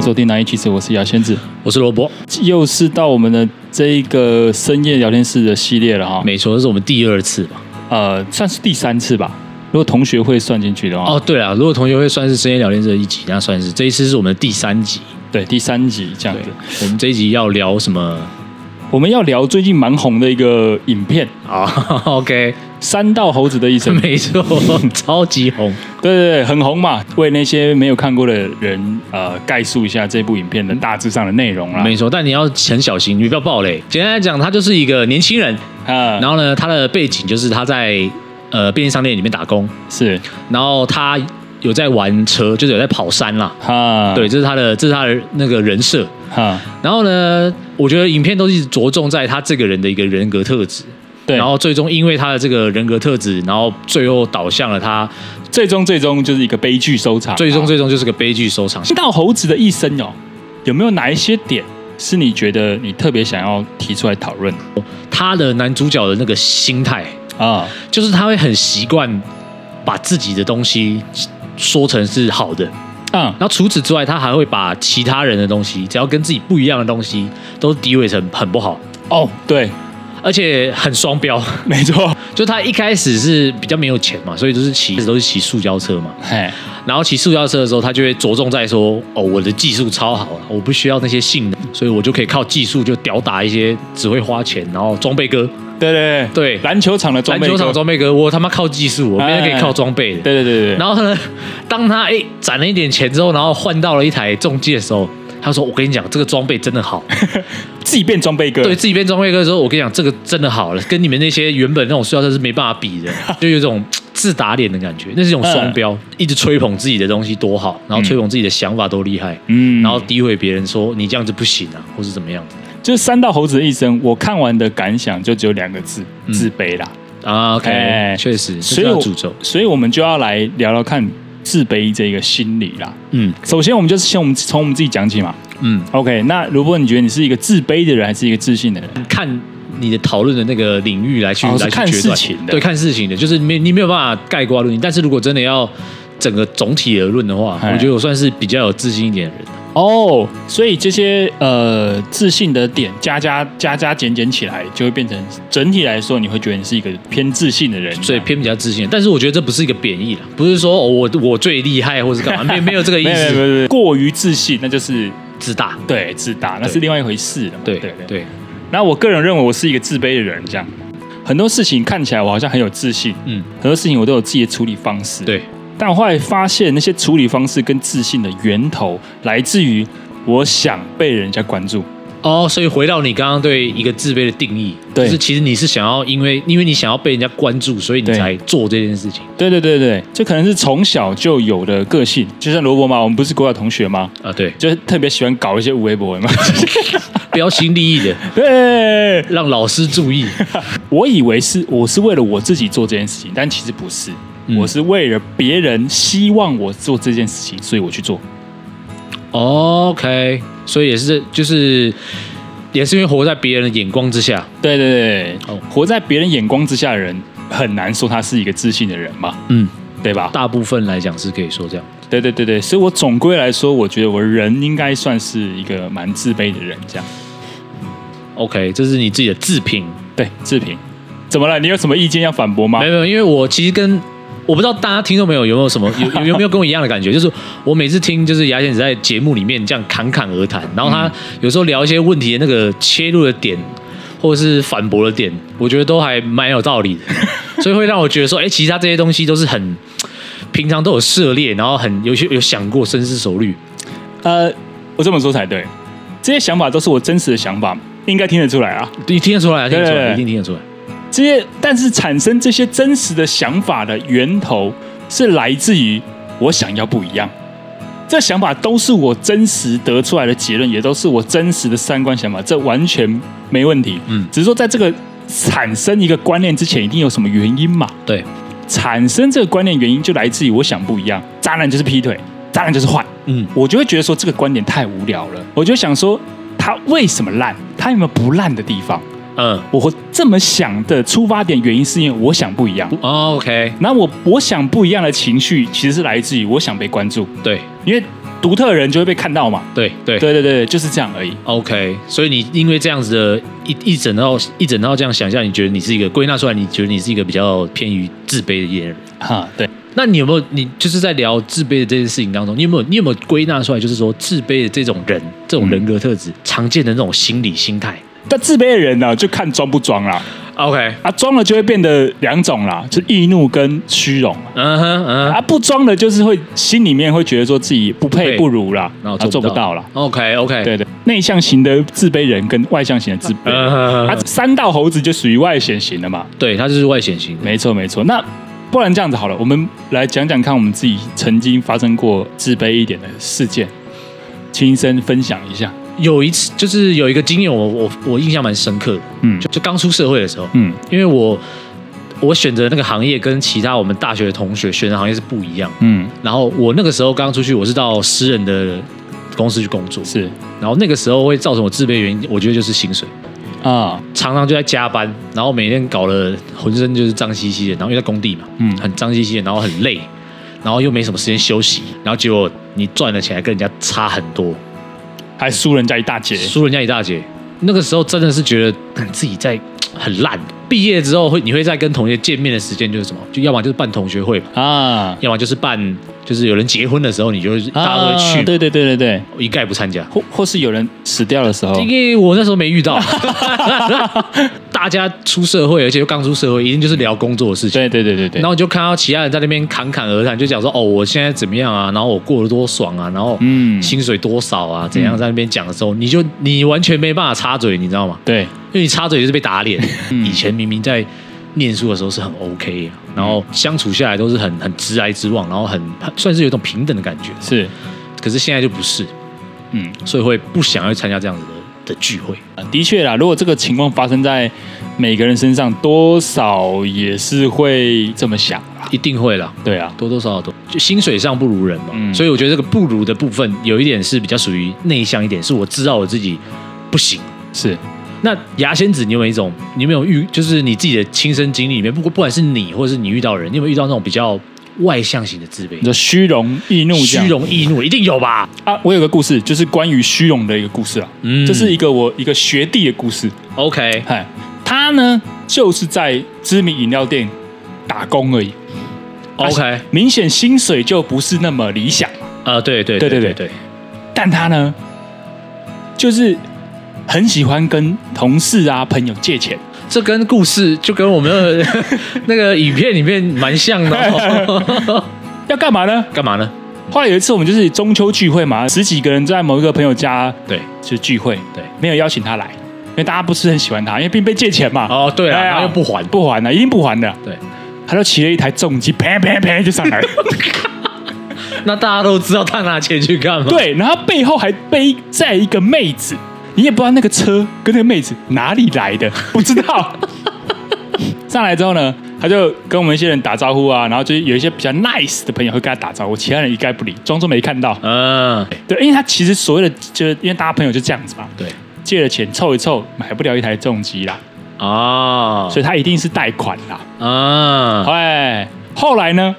收听《难以启齿》，我是牙仙子，我是罗伯，又是到我们的这一个深夜聊天室的系列了哈，没错，这是我们第二次吧？呃，算是第三次吧，如果同学会算进去的话，哦，对啊，如果同学会算是深夜聊天这一集，那算是这一次是我们的第三集。对，第三集这样对子。，我们这一集要聊什么我们要聊最近蛮红的一个影片《啊 ？OK，三道猴子的一生》，没 错，超级红。对对对，很红嘛。为那些没有看过的人，呃，概述一下这部影片的大致上的内容啦。嗯没错，但你要很小心，你不要暴雷。简单来讲，他就是一个年轻人，啊，然后呢，他的背景就是他在呃便利商店里面打工，是然后他有在玩车，就是有在跑山啦。哈，对，这是他的，这是他的那个人设。哈，然后呢，我觉得影片都是着重在他这个人的一个人格特质，对。然后最终因为他的这个人格特质，然后最后导向了他最终最终就是一个悲剧收场。最终啊最终就是个悲剧收场。到猴子的一生哦，有没有哪一些点是你觉得你特别想要提出来讨论的他的男主角的那个心态，啊？就是他会很习惯把自己的东西说成是好的，嗯，然后除此之外，他还会把其他人的东西，只要跟自己不一样的东西，都诋毁成很不好，哦，对，而且很双标。 没错，就他一开始是比较没有钱嘛，所以就是骑都是骑塑胶车嘛。嘿，然后骑塑胶车的时候，他就会着重在说：“哦，我的技术超好啊，我不需要那些性能，所以我就可以靠技术就吊打一些只会花钱，然后装备哥。对对对篮球场的装篮备，哎球场，装备哥，我他妈靠技术，我没人可以靠装备的。对对对对，然后呢，当他哎攒了一点钱之后，然后换到了一台重机的时候，他说：“我跟你讲，这个装备真的好。自己变装备哥，对自己变装备哥的时候，我跟你讲，这个真的好了，跟你们那些原本那种塑料车是没办法比 的，就有一种自打脸的感觉。那是一种双标，嗯一直吹捧自己的东西多好，然后吹捧自己的想法多厉害，嗯然后诋毁别人说你这样子不行啊，或是怎么样就是三道猴子的一生，我看完的感想就只有两个字，嗯自卑啦。啊？OK，、哎确实，所所以以我诅咒，，所以我们就要来聊聊看自卑这个心理啦。嗯首先，我们就是先我们从我们自己讲起嘛。嗯， OK，那如果你觉得你是一个自卑的人，还是一个自信的人？看。你的讨论的那个领域来去、哦是来去看决断事情的对看事情的，就是没你没有办法盖棺论定。但是如果真的要整个总体而论的话，哎我觉得我算是比较有自信一点的人。哦，所以这些呃自信的点加加加加减减起来，就会变成整体来说，你会觉得你是一个偏自信的人。所以偏比较自信。但是我觉得这不是一个贬义啦，不是说、哦、我我最厉害或是干嘛， 没没有这个意没有没有没有思，没有过于自信，那就是自大。对自大，那是对另外一回事了嘛。对对对。对，那我个人认为我是一个自卑的人，这样很多事情看起来我好像很有自信，嗯，很多事情我都有自己的处理方式。对，但我后来发现，那些处理方式跟自信的源头来自于我想被人家关注。哦，所以回到你刚刚对一个自卑的定义，对就是其实你是想要因为因为你想要被人家关注，所以你对才做这件事情。对对对对，这可能是从小就有的个性。就像罗伯嘛，我们不是国小同学吗？啊， 对，就是特别喜欢搞一些无微博 嘛。标新立异的，对，让老师 注意。我以为是我是为了我自己做这件事情，但其实不是，嗯我是为了别人希望我做这件事情，所以我去做。哦 OK，所以也是就是也是因为活在别人的眼光之下。对对对，哦活在别人眼光之下的人，很难说他是一个自信的人嘛，嗯，对吧？大部分来讲是可以说这样。对对对对，所以我总归来说，我觉得我人应该算是一个蛮自卑的人，这样。 OK，这是你自己的自评。对，志平，怎么了？你有什么意见要反驳吗没？有没有，因为我其实跟我不知道大家听众朋友有没有什么有有有没有跟我一样的感觉，就是我每次听就是牙仙子在节目里面这样侃侃而谈，然后他有时候聊一些问题的那个切入的点，或者是反驳的点，我觉得都还蛮有道理的，所以会让我觉得说，哎、其实他这些东西都是很。平常都有涉猎，然后很有些有想过深思熟虑，呃，我这么说才对，这些想法都是我真实的想法，应该听得出来啊。你听得出来，听得出对来，一定听得出来。这些，但是产生这些真实的想法的源头是来自于我想要不一样。这想法都是我真实得出来的结论，也都是我真实的三观想法，这完全没问题。嗯只是说在这个产生一个观念之前，一定有什么原因嘛？对，产生这个观念原因就来自于我想不一样，渣男就是劈腿，渣男就是坏，嗯，我就会觉得说这个观点太无聊了，我就想说他为什么烂，他有没有不烂的地方？嗯我会这么想的出发点原因是因为我想不一样，哦，OK，那我我想不一样的情绪其实是来自于我想被关注，对，因为独特的人就会被看到嘛。对对对对对，就是这样而已。 OK，所以你因为这样子的一一整套一整套这样想象，你觉得你是一个归纳出来，你觉得你是一个比较偏于自卑的一人。哈，对，那你有没有你就是在聊自卑的这件事情当中，你有没有你有没有归纳出来，就是说自卑的这种人这种人格特质、常见的那种心理心态但自卑的人呢、就看装不装啦。 ？OK，啊，装了就会变得两种啦，就是易怒跟虚荣。嗯哼嗯啊，哼，不装的就是会心里面会觉得说自己不配不配不如啦，然后啊做不到啦。。 OK OK，对，对，内向型的自卑人跟外向型的自卑，嗯啊，哼，哼三道猴子就属于外显型的嘛。对，他就是外显型的。没错，没错。那不然这样子好了，我们来讲讲看我们自己曾经发生过自卑一点的事件，亲身分享一下。有一次就是有一个经验我，我我印象蛮深刻的，嗯就就刚出社会的时候，嗯因为我我选择那个行业跟其他我们大学的同学选的行业是不一样。嗯，然后我那个时候刚出去，我是到私人的公司去工作，是然后那个时候会造成我自卑的原因，我觉得就是薪水，啊，常常就在加班，然后每天搞得浑身就是脏兮兮的，然后又在工地嘛，嗯很脏兮兮的，然后很累，然后又没什么时间休息，然后结果你赚的钱还跟人家差很多，还输人家一大截。输人家一大截。那个时候真的是觉得干自己在很烂。毕业之后会，你会在跟同学见面的时间就是什么？就要么就是办同学会嘛，啊，要么就是办就是有人结婚的时候，你就会大家都会啊去嘛，对对对对对，我一概不参加。或或是有人死掉的时候，因为我那时候没遇到，大家出社会，而且又刚出社会，一定就是聊工作的事情。对对对对对，然后就看到其他人在那边侃侃而谈，就讲说哦，我现在怎么样啊，然后我过得多爽啊，然后嗯薪水多少啊，怎样在那边讲的时候，你就你完全没办法插嘴，你知道吗？对，因为你插嘴就是被打脸。嗯以前明明在念书的时候是很 OK，的然后相处下来都是很很直来直往，然后很很算是有一种平等的感觉。是，可是现在就不是，嗯，所以会不想要参加这样子的的聚会。啊的确啦，如果这个情况发生在每个人身上，多少也是会这么想啦。一定会啦，对啊，多多少少都就薪水上不如人嘛，嗯所以我觉得这个不如的部分有一点是比较属于内向一点，是我知道我自己不行。是，那牙仙子，你有没有一种，你有没有遇，就是你自己的亲身经历里面，不过不管是你或者是你遇到人，你有没有遇到那种比较外向型的自卑你？说虚荣易怒这样，虚荣易怒一定有吧？啊，我有个故事，就是关于虚荣的一个故事啊。嗯这是一个我一个学弟的故事。 OK，嗨，他呢就是在知名饮料店打工而已。 OK 啊明显薪水就不是那么理想，呃，对对对对对对对，但他呢就是很喜欢跟同事啊朋友借钱。这跟故事就跟我们 的那个影片里面蛮像的哦、要干嘛呢？ 干嘛呢？后来有一次我们就是中秋聚会嘛，十几个人在某一个朋友家对就聚会，对，没有邀请他来，因为大家不是很喜欢他，因为并被借钱嘛。哦对啊，哎呀然后又不还，不还了，一定不还的。对，他就骑了一台重机，啪啪啪就 上来了。那大家都知道他拿钱去干嘛？对，然后背后还背在一个妹子，你也不知道那个车跟那个妹子哪里来的，不知道。 上来之后呢，他就跟我们一些人打招呼啊，然后就是有一些比较 nice 的朋友会跟他打招呼，其他人一概不理，装作没看到。嗯，对，因为他其实所谓的就是因为大家朋友就这样子嘛，对借了钱凑一凑，买不了一台重机啦，啊，所以他一定是贷款啦。啊，哎，后来呢？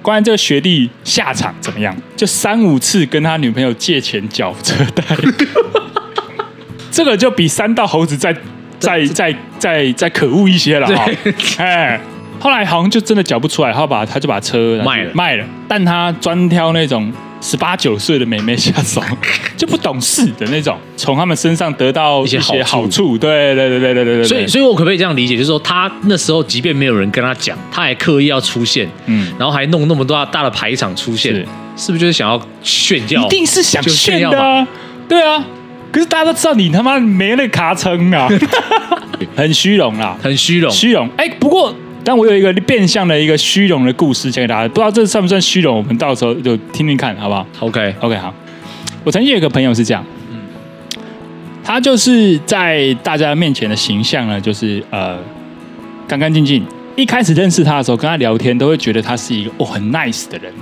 关于这个学弟下场怎么样？就三五次跟他女朋友借钱缴车 贷，这个就比三道猴子再再再再再可恶一些了哈、哎，后来好像就真的缴不出来，他把他就把车卖了卖了，但他专挑那种十八九岁的妹妹下手，就不懂事的那种，从他们身上得到一一些些好处好处。对对对对对对对，所以，所以我可不可以这样理解，就是说，他那时候即便没有人跟他讲，他还刻意要出现，嗯，然后还弄那么多大的排场出现，是是不是就是想要炫耀？哦一定是想炫就的、啊，对啊。可是大家都知道你他妈没那卡称 啊，很虚荣啦，很虚荣，虚荣。哎、不过，但我有一个变相的一个虚荣的故事讲给大家，不知道这算不算虚荣，我们到时候就听听看，好不好 OK， ？OK，好。我曾经有一个朋友是这样，嗯他就是在大家面前的形象呢，就是呃干干净净。一开始认识他的时候，跟他聊天都会觉得他是一个哦很 nice 的人，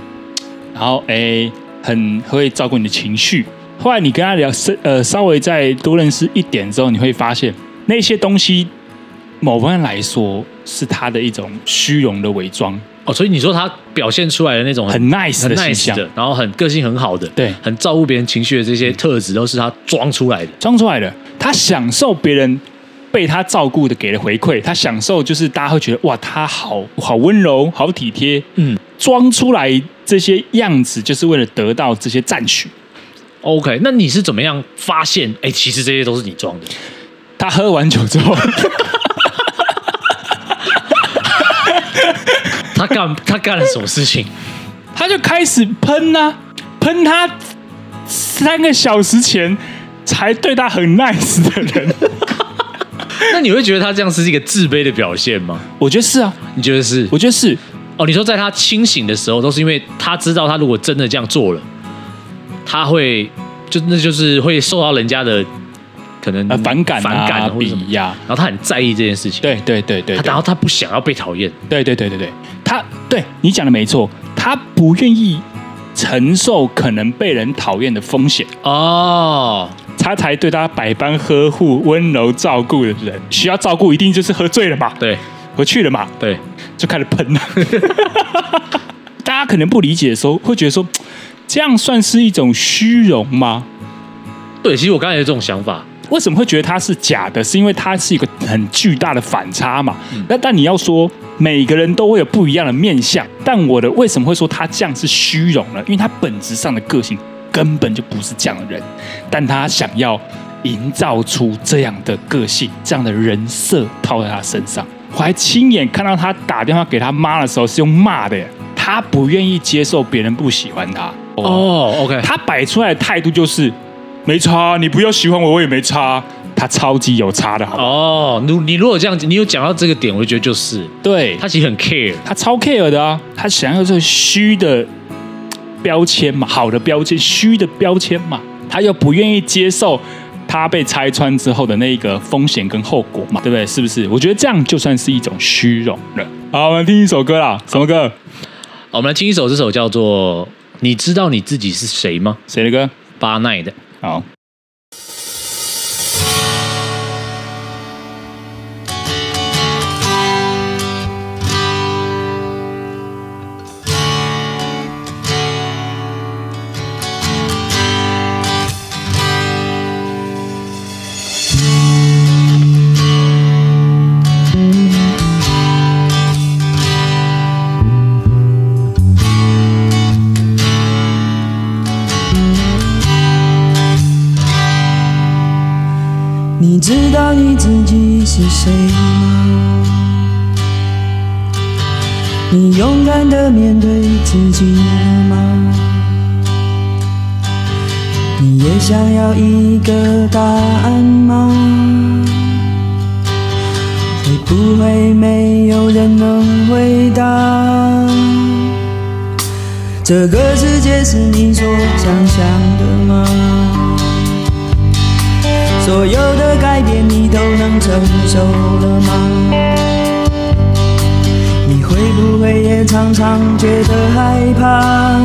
然后哎很会照顾你的情绪。后来你跟他聊深呃稍微再多认识一点之后，你会发现那些东西某方面来说是他的一种虚荣的伪装。哦，所以你说他表现出来的那种很 nice 很的 nice 形象的，然后很个性很好的，对很照顾别人情绪的这些特质，都是他装出来的。装出来的。他享受别人被他照顾的给的回馈，他享受就是大家会觉得哇，他好好温柔，好体贴，嗯装出来这些样子，就是为了得到这些赞许。 ，OK，那你是怎么样发现？哎，其实这些都是你装的。他喝完酒之 后，他干 他干了什么 事情？他就开始喷呐、喷他三个小时前才对他很 nice 的 人，那你会觉得他这样是一个自卑的表现吗？我觉得是啊，你觉得是？我觉得是，哦，你说在他清醒的时候，都是因为他知道他如果真的这样做了，他会就那就是会受到人家的可能呃，反感、啊、反感或者什么比，呀、然后他很在意这件事情。对对对对他然后他不想要被讨厌，对对对对对，他对你讲的没错，他不愿意承受可能被人讨厌的风险，哦，他才对他百般呵护、温柔照顾的人，需要照顾一定就是喝醉了嘛，对回去了嘛，对，就开始喷了。 大家可能不理解的时候，会觉得说，这样算是一种虚荣吗？对，其实我刚才有这种想法，为什么会觉得它是假的？是因为它是一个很巨大的反差嘛。那、但你要说每个人都会有不一样的面相，但我的为什么会说他这样是虚荣呢？因为他本质上的个性根本就不是这样的人，但他想要营造出这样的个性、这样的人设套在他身上。我还亲眼看到他打电话给他妈的时候是用骂的耶，他不愿意接受别人不喜欢他。哦，OK，他摆出来的态度就是没差，你不要喜欢我，我也没差。他超级有差的，好吧？哦，你你如果这样，你有讲到这个点，我就觉得就是对他其实很 care，他超 care 的啊，他想要这个虚的标签嘛，好的标签，虚的标签嘛，他又不愿意接受他被拆穿之后的那个风险跟后果嘛，对不对？是不是？我觉得这样就算是一种虚荣了。好，我们听一首歌啦，什么歌？好哦我们来听一首，这首叫做《你知道你自己是谁吗谁的歌？》，巴奈的。好，你知道你自己是谁吗？你勇敢的面对自己了吗？你也想要一个答案吗？会不会没有人能回答？这个世界是你所想象的吗？所有的改变你都能承受了吗？你会不会也常常觉得害怕？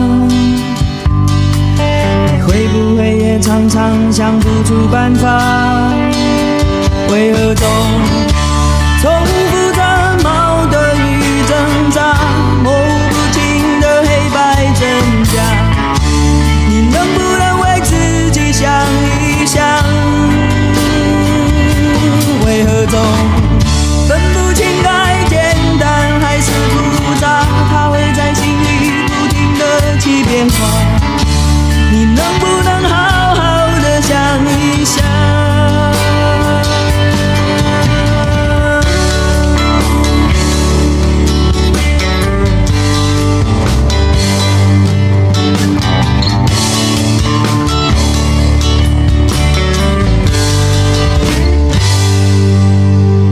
你会不会也常常想不出办法？为何总重复着矛盾与挣扎，模糊不清的黑白真假？你能不能为自己想一想？为何总分不清该简单还是复杂？它会在心里不停的起变化。你能不能好好的想一想？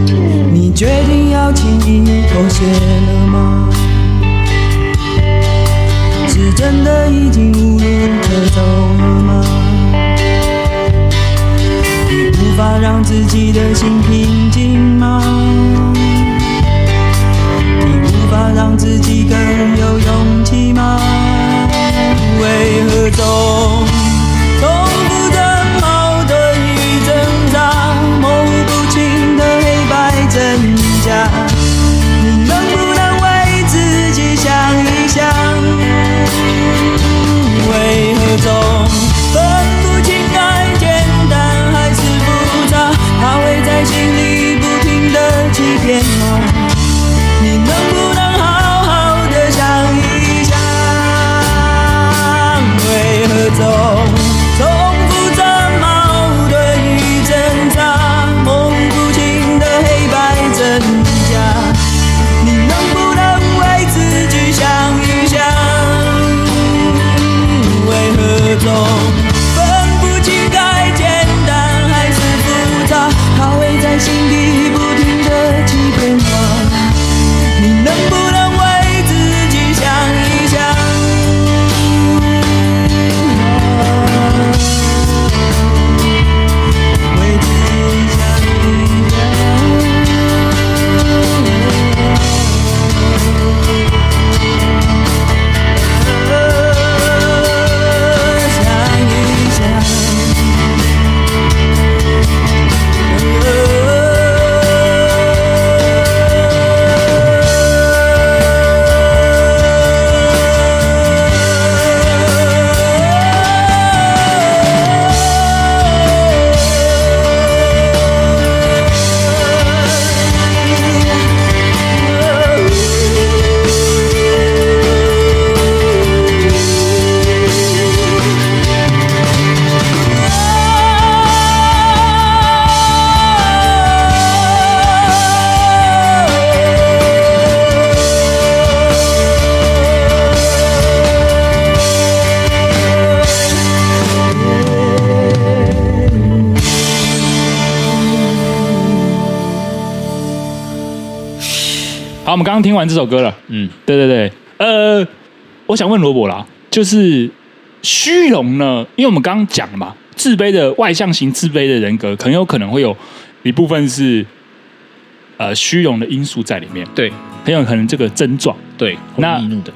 嗯你决定要轻易妥协了吗？是真的已经无路可走了吗？你无法让自己的心平静吗？你无法让自己更有勇气吗？为何总重复着矛盾与挣扎，模糊不清的黑白真假？你能不能为自己想我们刚刚听完这首歌了。嗯，对对对，呃，我想问罗伯啦，就是虚荣呢，因为我们刚刚讲了嘛，自卑的外向型自卑的人格，很有可能会有一部分是呃虚荣的因素在里面，对很有可能这个症状。对，那那易怒的，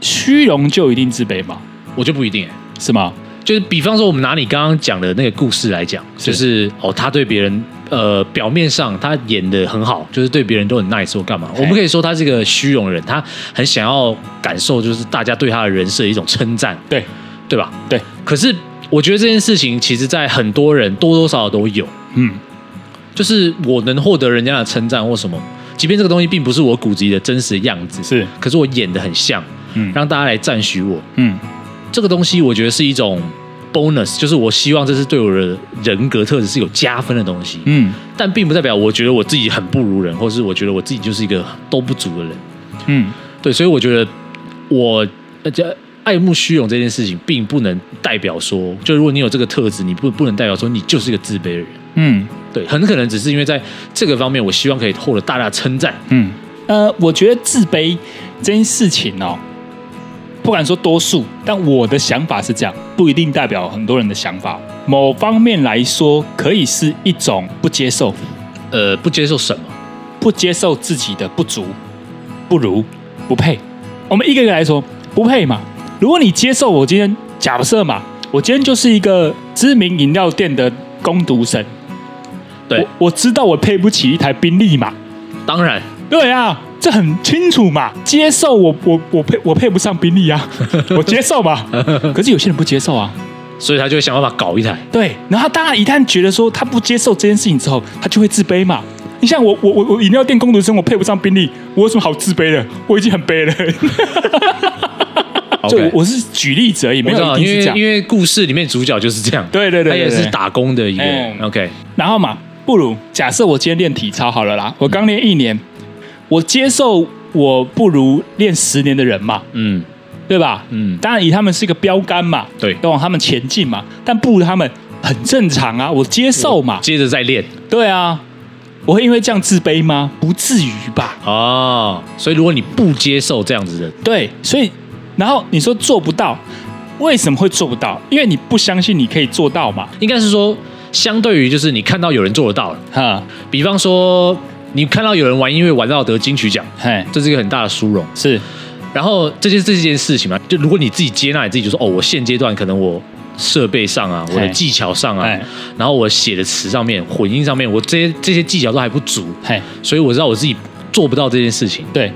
虚荣就一定自卑吗？我就不一定哎、是吗？就是比方说，我们拿你刚刚讲的那个故事来讲，是就是哦，他对别人呃表面上他演的很好，就是对别人都很 nice 或干嘛，嘿我们可以说他是个虚荣人，他很想要感受就是大家对他的人设的一种称赞，对对吧？对，可是我觉得这件事情，其实在很多人多多少少都有，嗯，就是我能获得人家的称赞或什么，即便这个东西并不是我骨子里的真实样子，是，可是我演的很像，嗯让大家来赞许我，嗯，这个东西我觉得是一种 bonus，就是我希望这是对我的人格特质是有加分的东西，嗯但并不代表我觉得我自己很不如人，或是我觉得我自己就是一个都不足的人。嗯，对，所以我觉得我呃这爱慕虚荣这件事情，并不能代表说，就如果你有这个特质，你不不能代表说你就是一个自卑的人。嗯。对，很可能只是因为在这个方面，我希望可以获得大大称赞。嗯，呃，我觉得自卑这件事情哦，不敢说多数，但我的想法是这样，不一定代表很多人的想法。某方面来说，可以是一种不接受，呃，不接受什么？不接受自己的不足、不如、不配。我们一个一个来说，不配嘛。如果你接受我今天假设嘛，我今天就是一个知名饮料店的工读生，对，我我知道我配不起一台宾利嘛，当然，对啊，这很清楚嘛，接受我我我配我配不上宾利 啊，我接受嘛。可是有些人不接受啊，所以他就会想办法搞一台。对。然后他当然一旦觉得说他不接受这件事情之后，他就会自卑嘛。你像我我我我饮料店工读生，我配不上宾利，我有什么好自卑的？我已经很卑了。就 OK 啊我是举例子而已，没我知有道，一因定是这样为因。为故事里面主角就是这样，对对对对对他也是打工的一个人嗯 OK，然后嘛，不如假设我今天练体操好了啦，我刚练一年，我接受我不如练十年的人嘛，嗯，对吧？嗯当然以他们是一个标杆嘛，对要往他们前进嘛，但不如他们很正常啊，我接受嘛，接着再练对啊，我会因为这样自卑吗？不至于吧？哦。所以如果你不接受这样子的，对，所以然后你说做不到，为什么会做不到？因为你不相信你可以做到嘛，应该是说，相对于就是你看到有人做得到了，哈，比方说你看到有人玩音乐玩到得金曲奖，嘿，这是一个很大的殊荣。是，然后这件这件事情嘛，就如果你自己接纳你自己，就说哦，我现阶段可能我设备上啊，我的嘿技巧上啊嘿，然后我写的词上面、混音上面，我这些这些技巧都还不足，嘿，所以我知道我自己做不到这件事情。对，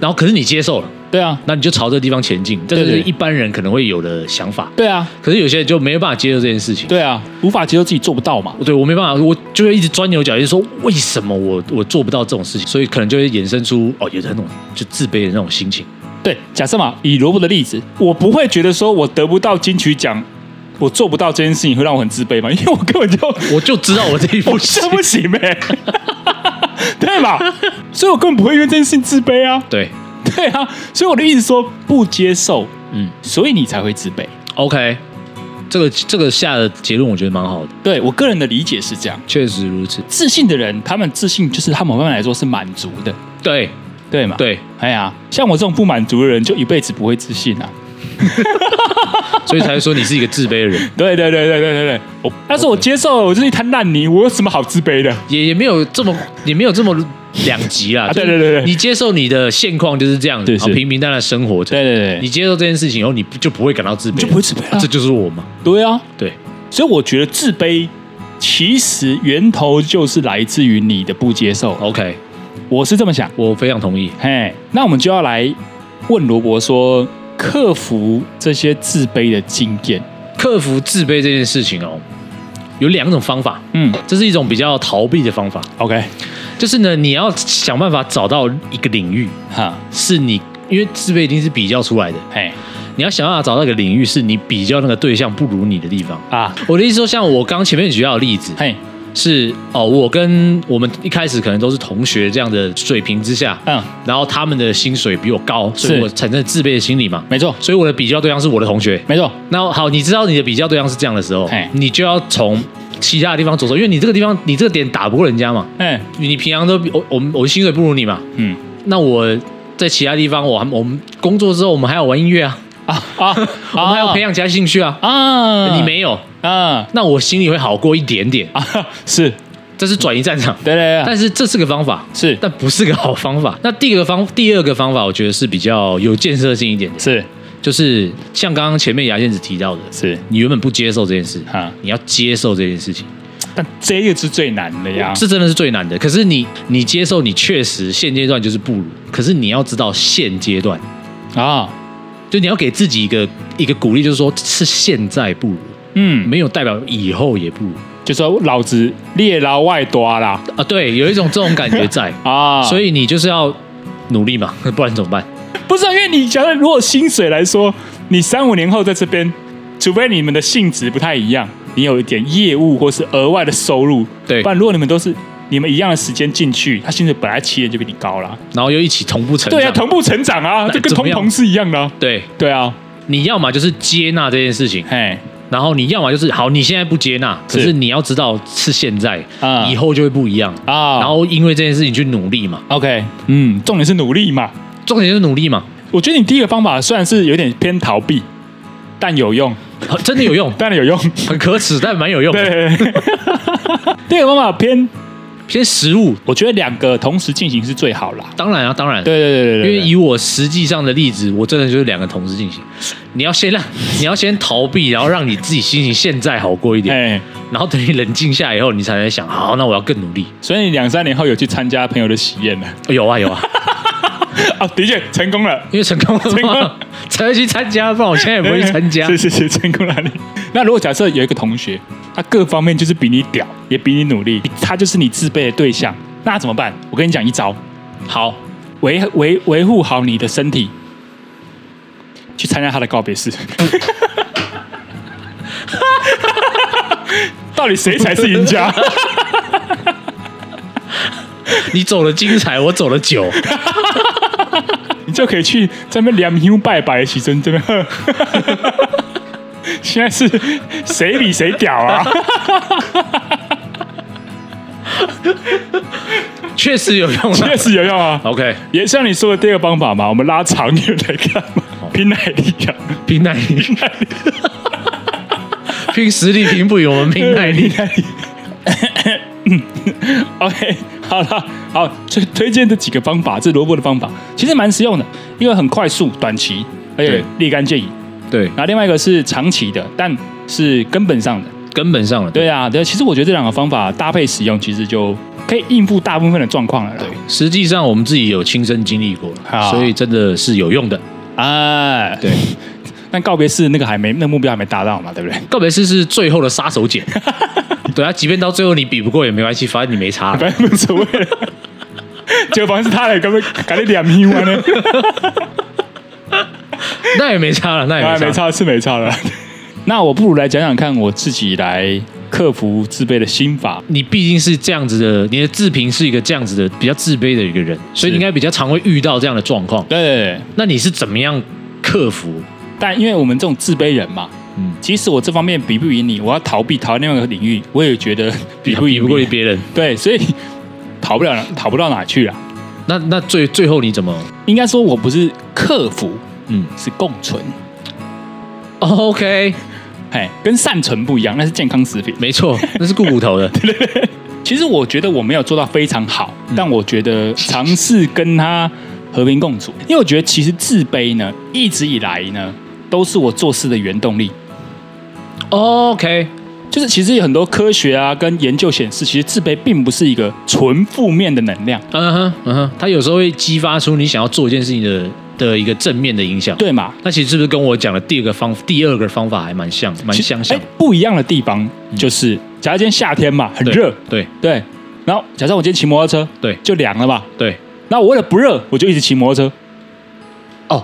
然后可是你接受了，对啊，那你就朝这个地方前进，这就对是对一般人可能会有的想法。对啊，可是有些人就没有办法接受这件事情。对啊，无法接受自己做不到嘛，对，我没办法，我就会一直钻牛角尖，说为什么我我做不到这种事情，所以可能就会衍生出哦，有的那种就自卑的那种心情。对，假设嘛，以萝卜的例子，我不会觉得说我得不到金曲奖，我做不到这件事情会让我很自卑嘛，因为我根本就我就知道我这一步 我这不行呗、对吧？所以我根本不会因为这件事情自卑啊，对，对啊，所以我的意思说不接受，嗯所以你才会自卑。 ，OK，这个这个下的结论我觉得蛮好的，对我个人的理解是这样，确实如此。自信的人，他们自信就是他们慢慢来说是满足的，对对嘛？，对，哎呀，像我这种不满足的人，就一辈子不会自信啊。所以才会说你是一个自卑的 人，对对对对对对对，我但是我接受了，我就是一滩烂泥，我有什么好自卑的？也也没有这么也没有这么两极啦。啊就 是对对对对你接受你的现况就是这样，对然后是平平淡淡生活着。对对你对，接受这件事情以后，你不就不会感到自卑了，你就不会自卑了啊这就是我嘛。对啊，对，所以我觉得自卑其实源头就是来自于你的不接受， OK，我是这么想。我非常同意。嘿，那我们就要来问罗伯说，克服这些自卑的经验，克服自卑这件事情哦，有两种方法，嗯这是一种比较逃避的方法， ，OK，就是呢，你要想办法找到一个领域哈，是你，因为自卑一定是比较出来的，嘿你要想办法找到一个领域是你比较那个对象不如你的地方。啊，我的意思说，像我刚前面举到的例子嘿，是哦，我跟我们一开始可能都是同学这样的水平之下，嗯，然后他们的薪水比我高，所以是我产生自卑的心理嘛，没错，所以我的比较对象是我的同学，没错，那好，你知道你的比较对象是这样的时候嘿，你就要从其他地方着手，因为你这个地方你这个点打不过人家嘛，嗯你平常都比我我们我薪水不如你嘛，嗯，那我在其他地方，我还我们工作之后，我们还要玩音乐啊，啊啊， 我们还要培养其他兴趣啊。啊，你没有，啊那我心里会好过一点点。啊， 是这是转移战场，对对对，但是这是个方法，是但不是个好方法。那第一个方，第二个方法，我觉得是比较有建设性一点的，是就是像刚刚前面牙仙子提到的，是你原本不接受这件事啊，你要接受这件事情，但这个是最难的呀，这真的是最难的。可是你你接受，你确实现阶段就是不如，可是你要知道现阶段，啊，就你要给自己一个一个鼓励，就是说是现在不如，嗯，没有代表以后也不如就说老子列老外多啦啊。对，有一种这种感觉在， 啊，所以以你就是要努力嘛， 不然怎么办？不是啊因为你想想，如果薪水来说，你三五年后在这边，除非你们的性质不太一样，你有一点业务或是额外的收入，对不然如果你们都是。你们一样的时间进去，他薪水本来起点就比你高啦。然后又一起同步成长。对啊，同步成长啊，那这跟怎么同样同是一样的啊、对对啊，你要么就是接纳这件事情，嘿，然后你要么就是好，你现在不接纳，是可是你要知道是现在，啊以后就会不一样。啊，然后因为这件事情去努力嘛， OK，嗯，重点是努力嘛。重点就是努力嘛，我觉得你第一个方法虽然是有点偏逃避，但有用，，很 真的有用 当然有用。很可耻，但蛮有用的。 对，第二个方法偏，偏实物，我觉得两个同时进行是最好啦。当然啊，当然，对对对对因对，为以我实际上的例子，我真的就是两个同时进行。你要先让， 你要先逃避，然后让你自己心情现在好过一点，哎，然后等你冷静下来以后，你才能想，好，那我要更努力。所以你两三年后有去参加朋友的喜宴 了有啊有啊，啊？的确成功了，因为成功成了功嘛了，才会去参加，不然我现在也不会去参 加是。是是，成功了。那如果假设有一个同学，他各方面就是比你屌，也比你努力，他就是你自卑的对象，那怎么办？我跟你讲一招，好，维维维护好你的身体，去参加他的告别式。 到底谁才是赢家？你走的精彩，我走的 久，你就可以去这边两胸拜拜，起身这边 呵。现在是谁比谁屌 啊？确实有用啊确。实有用啊。 OK，也像你说的第二个方法嘛，我们拉长远来看嘛，哦拼耐力啊，拼耐力， 拼实力，拼不赢我们拼耐 力。耐 力。OK，好嗯了，好，推推荐这几个方法，这萝卜的方法其实蛮实用的，因为很快速、短期，而且对立竿见影。对，然后另外一个是长期的，但是根本上的。根本上了。对啊，对，其实我觉得这两个方法搭配使用，其实就可以应付大部分的状况了啦。对，实际上我们自己有亲身经历过好，所以真的是有用的。哎，对，但告别式那个还没，那个目标还没达到嘛，对不对？告别式是最后的杀手 锏。对啊，即便到最后你比不过也没关系，反正你没差。反正无所谓了。 结果反正是他来，根本搞你两米完呢，那也没差了，那也当没然差。哎没差是没差了。那我不如来讲讲看，我自己来克服自卑的心法。你毕竟是这样子的，你的自评是一个这样子的比较自卑的一个人，所以你应该比较常会遇到这样的状况。对，那你是怎么样克服？但因为我们这种自卑人嘛，嗯，即使我这方面比不赢你，我要逃避逃另外一个领域，我也觉得比不比赢不过你别人？对，所以逃不了哪，逃不到哪去了。啊那那最最后你怎么？应该说我不是克服，嗯、哦是共存。 o k 哎，跟善存不一样，那是健康食品。没错，那是顾骨 头的。其实我觉得我没有做到非常好，嗯但我觉得尝试跟他和平共处，因为我觉得其实自卑呢，一直以来呢都是我做事的原动力。哦 OK，就是其实有很多科学啊跟研究显示，其实自卑并不是一个纯负面的能量，嗯哼，嗯哼，它有时候会激发出你想要做一件事情的的一个正面的影响。，对嘛？那其实是不是跟我讲的第二个方第二个方法还蛮像，蛮其相像嗯哎？不一样的地方就是，假如今天夏天嘛，很对热，对对，然后假设我今天骑摩托车，对就凉了嘛。对。那我为了不热，我就一直骑摩托车。哦，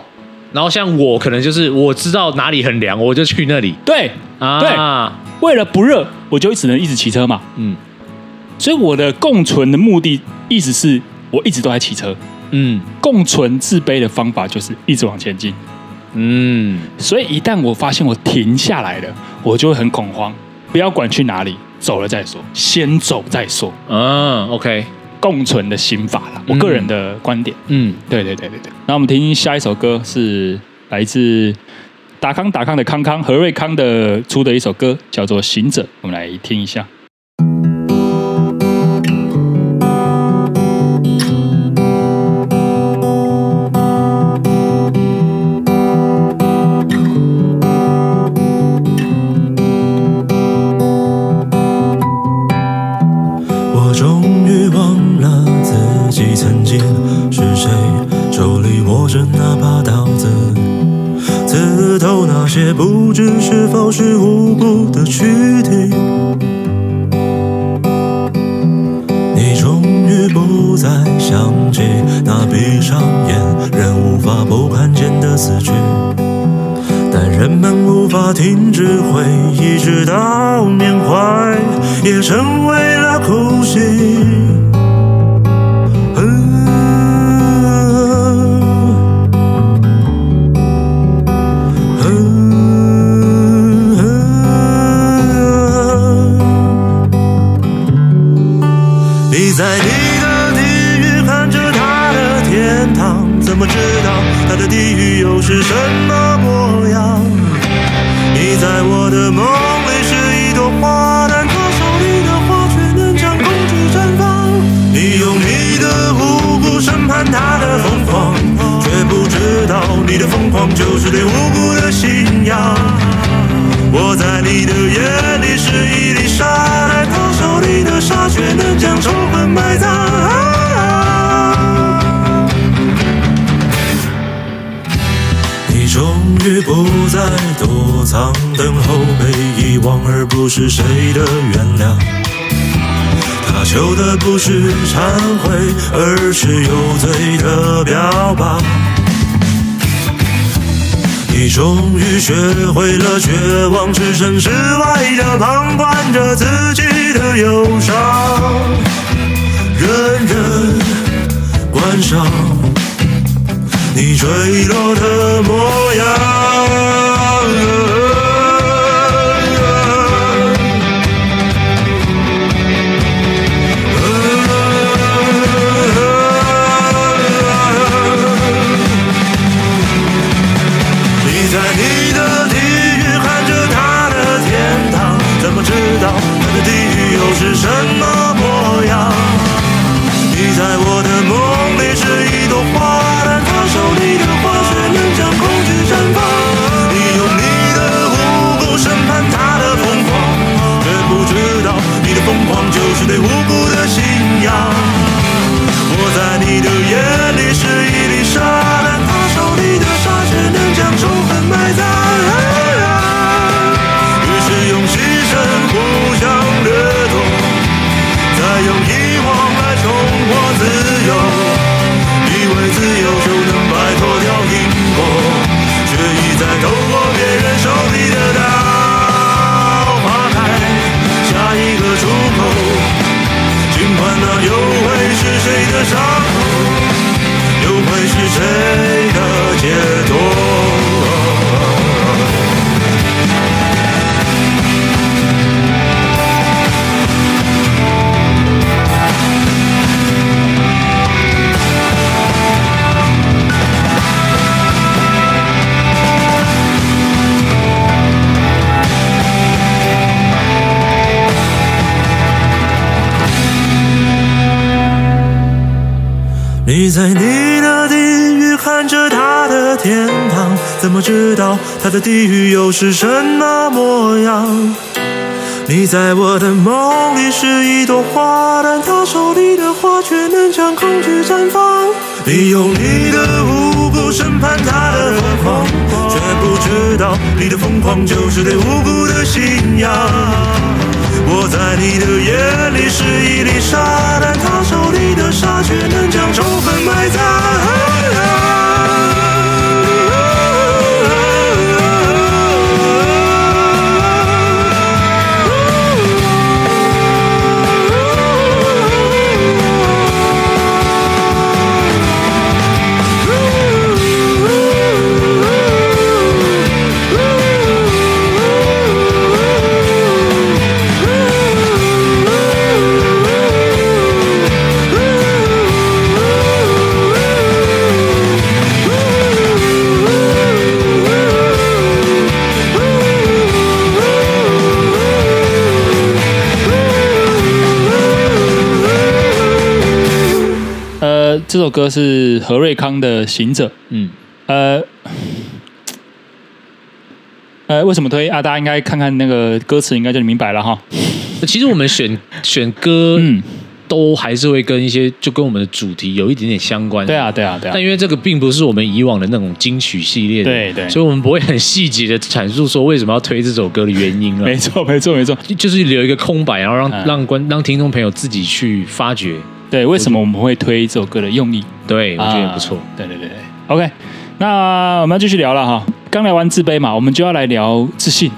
然后像我可能就是我知道哪里很凉，我就去那里对，啊。为了不热，我就只能一直骑车嘛。嗯所以我的共存的目的一直是我一直都在骑车。嗯共存自卑的方法就是一直往前进。嗯，所以一旦我发现我停下来了，我就会很恐慌。不要管去哪里，走了再说，先走再说。嗯，OK，共存的心法啦，我个人的观点。嗯，对对对对对。那我们听下一首歌是来自达康达康的康康何瑞康的出的一首歌，叫做《行者》，我们来听一下。我终于忘了自己曾经是谁，手里握着那把刀子。刺透那些不知是否是无辜的躯体。你终于不再想起那闭上眼人无法不看见的死去，但人们无法停止回忆，直到缅怀也成为了哭泣。嗯嗯嗯你在你的地狱看着他的天堂，怎么知道他的地狱又是什么模样？你在我的梦里是一朵花，但可手里的花却能将公主绽放。你用你的无辜审判他的疯狂，却不知道你的疯狂就是对无辜的信仰。我在你的眼里是一粒沙，但他手里的沙却能将仇恨埋葬。你终于不再躲藏，等候被遗忘，而不是谁的原谅。他求的不是忏悔，而是有罪的标榜。你终于学会了绝望，置身事外的旁观着自己的忧伤，人人观赏。你坠落的模样。你在你的地狱看着他的天堂，怎么知道他的地狱又是什么模样？你在我的梦里是一朵花，但他手里的花却能将恐惧绽放。你用你的无辜审判他的疯狂，却不知道你的疯狂就是对无辜的信仰。我在你的眼里是一粒沙，但他手里的沙却能将仇恨埋葬。于是用牺牲互相掠夺。再用遗忘来重获自由，以为自由就能摆脱掉因果，却已在透过别人手里的刀划开下一个出口。尽管那又会是谁的伤口，又会是谁的解脱？你在你的地狱看着他的天堂，怎么知道他的地狱又是什么模样？你在我的梦里是一朵花，但他手里的花却能将恐惧绽放。你用你的无辜审判他的疯狂，却不知道你的疯狂就是对无辜的信仰。我在你的眼里是一粒沙，但他手里的沙却能将仇恨埋葬。呃这首歌是何瑞康的《行者》。嗯，呃，呃，为什么推啊？大家应该看看那个歌词，应该就明白了哈。其实我们选选歌，嗯，都还是会跟一些就跟我们的主题有一点点相关。对啊，对啊，对啊但。因为这个并不是我们以往的那种金曲系列的，对对所以我们不会很细节的阐述说为什么要推这首歌的原 因没了，错，没错，没错。就是留一个空白，然后让、嗯让观让听众朋友自己去发掘。对，为什么我们会推这首歌的用意？对，我觉得也啊不错。对对对对，OK，那我们要继续聊了哈。刚聊完自卑嘛，我们就要来聊自信。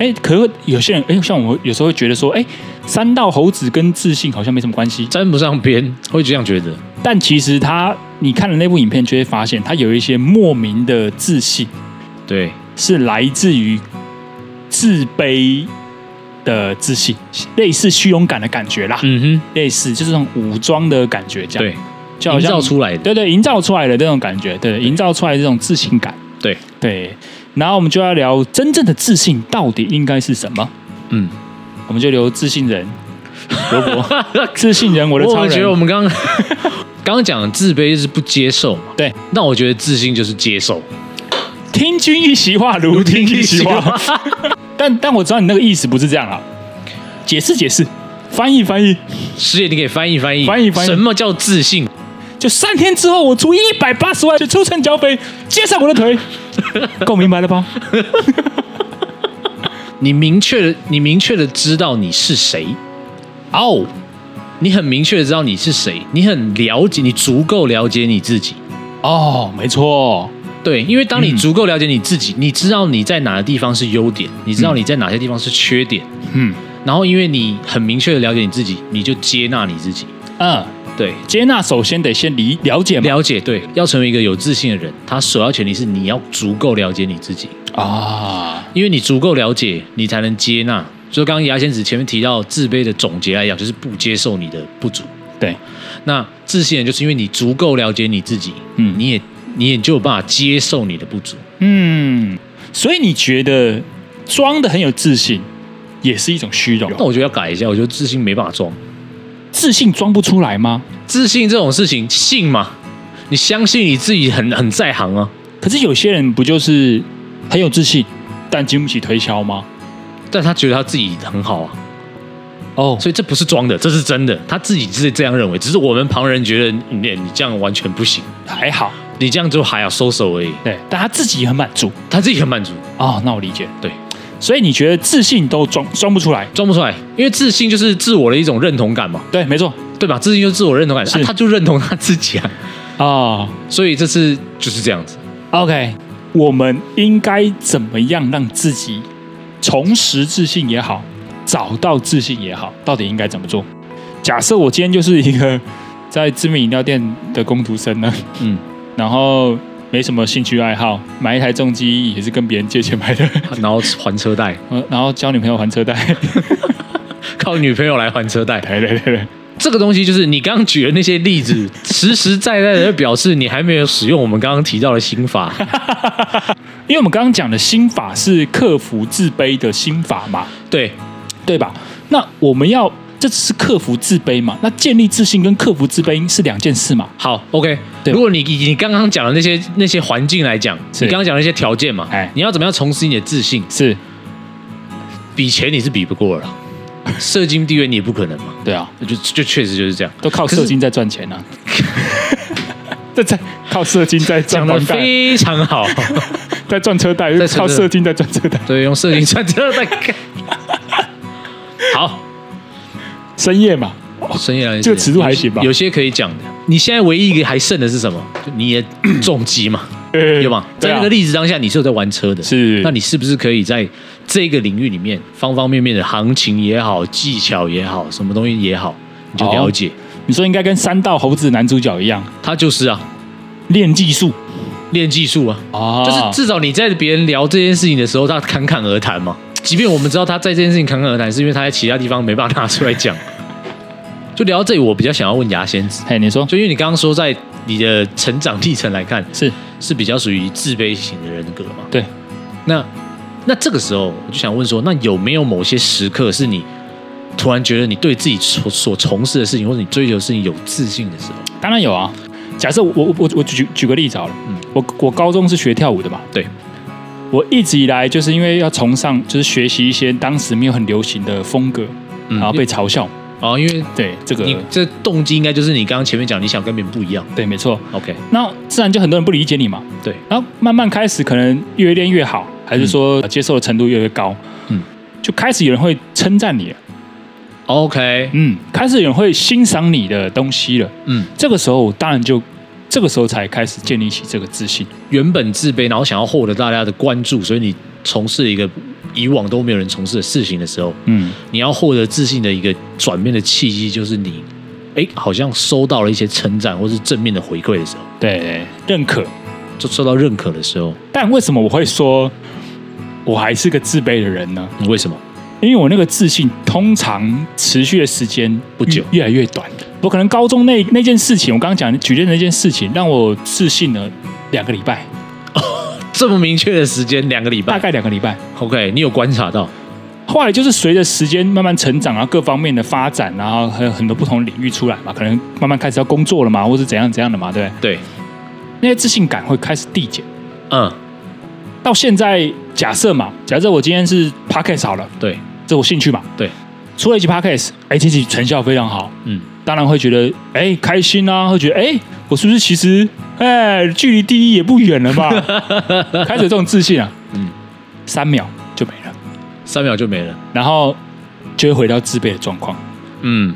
哎，可是有些人，哎，像我有时候会觉得说，哎，三道猴子跟自信好像没什么关系。沾不上边，会这样觉得。但其实他，你看了那部影片，就会发现他有一些莫名的自信，对，是来自于自卑的自信，类似虚荣感的感觉啦，嗯类似就是那种武装的感觉，哼，这样对，就好营像造出来的，对对，营造出来的这种感觉，对，营造出来的这种自信感，对，对。然后我们就要聊真正的自信到底应该是什么，嗯。我们就留自信 人，罗伯，自信人，我的超觉得我人，们刚刚 刚刚讲的自卑是不接受嘛？对。那我觉得自信就是接受，听君一席话，如听一席话。 但但我知道你那个意思不是这样啊，解释解释，翻译翻译，师爷，你给翻译翻译，翻译翻译什么叫自信？就三天之后我出一百八十万就出城剿匪，接上我的 腿，够明白了吧？你明确的，你明确的知道你是谁，哦，你很明确的知道你是谁，你很了解，你足够了解你自己。哦，没错，对，因为当你嗯足够了解你自己，你知道你在哪个地方是优点，你知道你在哪些地方是缺点，嗯然后因为你很明确的了解你自己，你就接纳你自己。嗯，对，接纳首先得先理了解嘛，了解，对，要成为一个有自信的人，他首要前提是你要足够了解你自己，啊，因为你足够了解，你才能接纳。所以刚刚牙仙子前面提到自卑的总结来讲，就是不接受你的不足。对，那自信人就是因为你足够了解你自己，嗯你也你也就有办法接受你的不足。嗯，所以你觉得装的很有自信，也是一种虚荣，那我觉得要改一下，我觉得自信没办法装，自信装不出来吗？自信这种事情信嘛，你相信你自己很很在行啊。可是有些人不就是很有自信，但经不起推销吗？但他觉得他自己很好啊，哦，所以这不是装的，这是真的，他自己是这样认为，只是我们旁人觉得你你这样完全不行，还好，你这样就还要收手而已，对，但他自己也很满足他自己很满足，哦，那我理解，对，所以你觉得自信都装装不出来？装不出来，因为自信就是自我的一种认同感嘛，对，没错对吧？自信就是自我认同感，是啊他就认同他自己啊，哦 所以这是就是这样子， OK，我们应该怎么样让自己重拾自信也好，找到自信也好，到底应该怎么做？假设我今天就是一个在知名饮料店的工读生呢，嗯，然后没什么兴趣爱好，买一台重机也是跟别人借钱买的，然后还车贷，呃然后教女朋友还车贷，靠女朋友来还车贷，对对对对，这个东西就是你刚刚举的那些例子，实实在在的表示你还没有使用我们刚刚提到的心法， 因为我们刚刚讲的心法是克服自卑的心法嘛，对，对吧？那我们要这只是克服自卑嘛？那建立自信跟克服自卑是两件事嘛？好，OK。对如果你以你刚刚讲的那些那些环境来讲，是你刚刚讲的那些条件嘛哎，你要怎么样重拾你的自信？是，比钱你是比不过 了啦，社经地位你也不可能嘛，对啊，就就确实就是这样。都靠可是射精在赚钱啊。这在靠射精在赚讲的房贷，非常好，在赚车贷，在车靠贷射精在赚车贷， 对，用社经算这在干。好，深夜嘛，深夜来这个尺度还行吧有些可以讲的。你现在唯一一个还剩的是什么？就你也重击嘛，呃对吧？对在啊那个例子当下，你是有在玩车的，是那你是不是可以在这个领域里面，方方面面的行情也好、技巧也好、什么东西也好，你就了解。你说应该跟三道猴子男主角一样，他就是啊，练技术练技术啊，啊就是至少你在别人聊这件事情的时候，他侃侃而谈嘛。即便我们知道他在这件事情侃侃而谈，是因为他在其他地方没办法拿出来讲。 就聊到这里，我比较想要问牙仙子，嘿，你说就因为你刚刚说，在你的成长历程来看，是是比较属于自卑型的人格嘛？对，那那这个时候，我就想问说，那有没有某些时刻是你突然觉得你对自己所所从事的事情，或者你追求的事情有自信的时候？当然有啊。假设我我我我举举个例子好了，嗯我我高中是学跳舞的嘛，对，我一直以来就是因为要崇尚，就是学习一些当时没有很流行的风格，然后被嘲笑。哦，因为对，这个嗯你这动机应该就是你刚刚前面讲，你想跟别人不一样。对，没错。 OK，那自然就很多人不理解你嘛。对，然后慢慢开始可能越练越好，还是说呃接受的程度越来越高，嗯，就开始有人会称赞你了， OK，嗯，开始有人会欣赏你的东西了。嗯，这个时候，我当然就这个时候才开始建立起这个自信。原本自卑，然后想要获得大家的关注，所以你从事一个以往都没有人从事的事情的时候，嗯，你要获得自信的一个转变的契机，就是你哎，好像收到了一些称赞或是正面的回馈的时候，对，认可。就受到认可的时候，但为什么我会说我还是个自卑的人呢？你为什么？因为我那个自信通常持续的时间不久越越来越短。我可能高中那那件事情，我刚刚讲举例的那件事情，让我自信了两个礼拜，这么明确的时间，两个礼大拜概两个礼拜。 ，OK，你有观察到？后来就是随着时间慢慢成长啊，各方面的发展，然后还有很多不同领域出来嘛，可能慢慢开始要工作了嘛，或是怎样怎样的嘛，对不对，对，那些自信感会开始递减。嗯，到现在，假设嘛，假设我今天是 podcast 好了，对，这我兴趣嘛，对，出了一集 podcast，哎，这集成效非常好，嗯，当然会觉得哎开心啊，会觉得哎我是不是其实哎距离第一也不远了吧？开始有这种自信啊，嗯嗯，三秒就没了，三秒就没了。然后就会回到自卑的状况。嗯，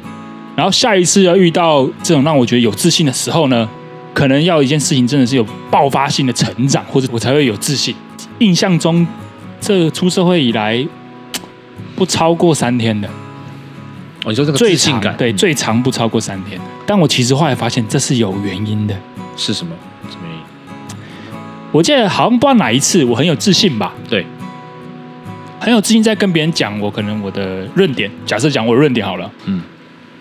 然后下一次要遇到这种让我觉得有自信的时候呢，可能要一件事情真的是有爆发性的成长，或者我才会有自信。印象中，这出社会以来不超过三天的，哦，你说这个最自信长感，对嗯最长不超过三天。但我其实后来发现这是有原因的。是什么？什么原因？我记得好像不知道哪一次我很有自信吧，对，很有自信在跟别人讲我可能我的论点，假设讲我的论点好了，嗯，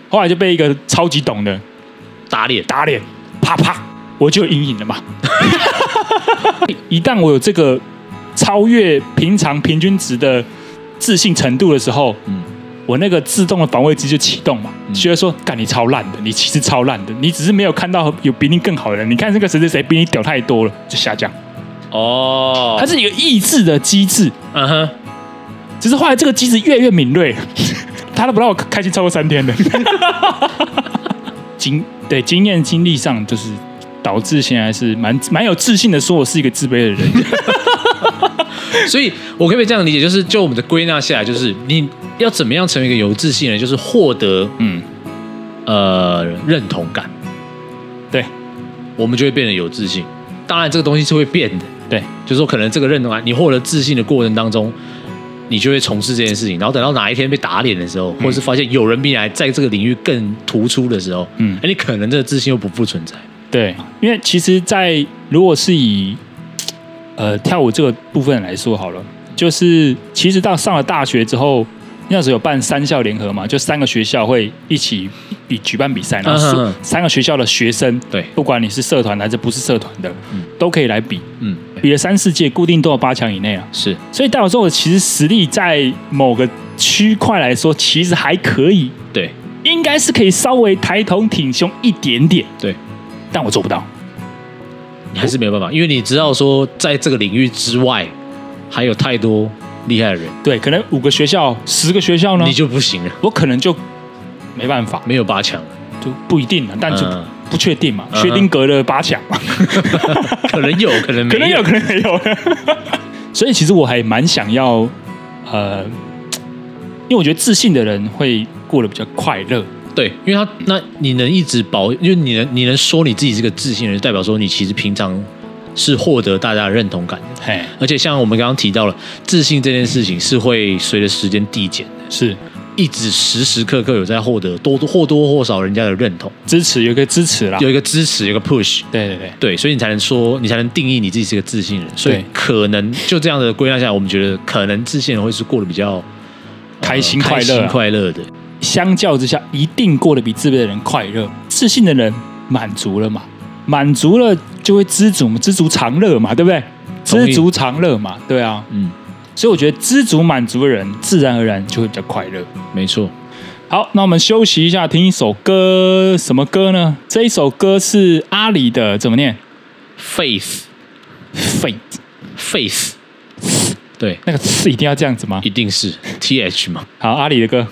后来就被一个超级懂的打脸。打脸，啪啪，我就有阴影了嘛。 一旦我有这个超越平常平均值的自信程度的时候，嗯我那个自动的防卫机就启动嘛，觉得说，干你超烂的，你其实超烂的，你只是没有看到有比你更好的人。你看这个谁谁谁比你屌太多了，就下降。哦它，是一个抑制的机制，嗯哼，只是后来这个机制越来越敏锐， 他都不让我开心超过三天的。 经对经验经历上，就是导致现在是蛮蛮有自信的，说我是一个自卑的人。所以我可不可以这样理解？就是就我们的归纳下来，就是你要怎么样成为一个有自信的人，就是获得嗯，呃认同感，对我们就会变得有自信。当然，这个东西是会变的，对，就是说可能这个认同感，你获得自信的过程当中，你就会从事这件事情，然后等到哪一天被打脸的时候，嗯或者是发现有人比你还在这个领域更突出的时候，嗯哎，你可能这个自信又不复存在。对，因为其实在，如果是以呃跳舞这个部分来说好了，就是其实到上了大学之后。那时候有办三校联合嘛，就三个学校会一起比举办比赛，然后嗯哼所哼三个学校的学生，对不管你是社团还是不是社团的，都可以来比。嗯，比了三四届，固定都有八强以内啊。是所以代表说，我其实实力在某个区块来说，其实还可以，对应该是可以稍微抬头挺胸一点点，对，但我做不到。你还是没有办法，因为你知道说，在这个领域之外，还有太多厉害的人，对，可能五个学校、十个学校呢你，就不行了，我可能就没办法，没有八 强，就不一定了，但就嗯不确定嘛，嗯哼薛定谔的八强嘛，可能有，可能没可能有，可能没有。 所以其实我还蛮想要，呃，因为我觉得自信的人会过得比较快乐。对，因为他那你能一直保，因为你能你能说你自己是个自信的人，代表说你其实平常是获得大家的认同感的。嘿，而且像我们刚刚提到了，自信这件事情是会随着时间递减的，是一直时时刻刻有在获得多多或多或少人家的认同，支持，有一个支持啦。有一个支持，有一个 push。对对对，对，所以你才能说，你才能定义你自己是个自信人。所以对可能就这样的归纳下来，我们觉得可能自信人会是过得比较、呃开心快开乐心啊快乐的。相较之下，一定过得比自卑的人快乐。自信的人满足了嘛，满足了就会知足嘛，知足常乐嘛，对不对？同意知足常乐嘛，对啊。嗯，所以我觉得知足满足的人，自然而然就会比较快乐。没错。好，那我们休息一下，听一首歌，什么歌呢？这一首歌是阿里的，怎么念 Faith ？Fate， Faith，对，那个字一定要这样子吗一？定是 T H 嘛。 好，阿里的歌。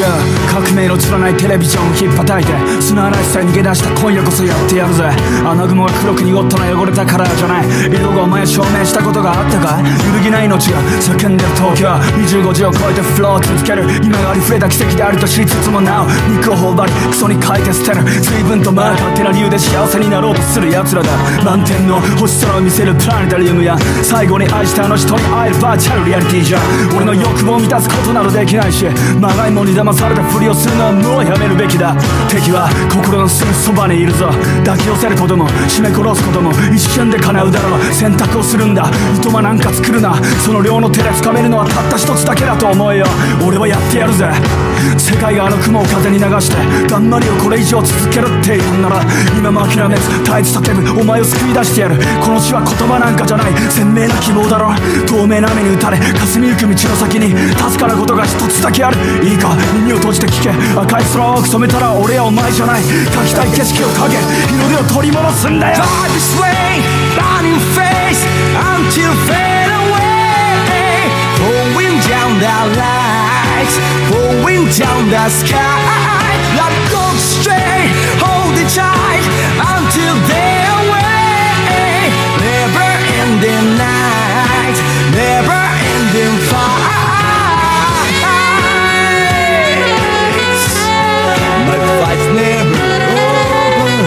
Yeah 革命のらないテレビジョンを引っ叩いて砂嵐さえ逃げ出した今夜こそやってやるぜ穴雲が黒く濁ったのは汚れたカラーじゃない色がお前を証明したことがあったか揺るぎない命が叫んでる東京25時を超えてフローを続ける今がありふれた奇跡であると知りつつもなお肉を頬張りクソに書いて捨てる随分とマーカーてな理由で幸せになろうとする奴らだ満天の星空を見せるプラネタリウムや最後に愛したあの人に会えるバーチャルリアリティじゃ俺の欲望を満たすことなどできないしまがいもに騙されたふりをするのはもうやめるべきだ敵は心のすぐそばにいるぞ抱き寄せることも締め殺すことも一瞬で叶うだろう選択をするんだ糸間なんか作るなその量の手で掴めるのはたった一つだけだと思えよ俺はやってやるぜ世界があの雲を風に流して頑張りをこれ以上続けるって言うんなら今も諦めず絶えず叫ぶお前を救い出してやるこの死は言葉なんかじゃない鮮明な希望だろ透明な雨に打たれ霞ゆく道の先に確かなことが一つだけあるいいか耳を閉じて聞け赤い空を染めたら俺やお前じゃない描きたい景色を描け日の出を取り戻すんだよ Drive this way, down your face until you fade away. Going down the lights, going down the sky. Let go straight, hold it tight until they're away. Never ending night, never ending fight. My fight's never over.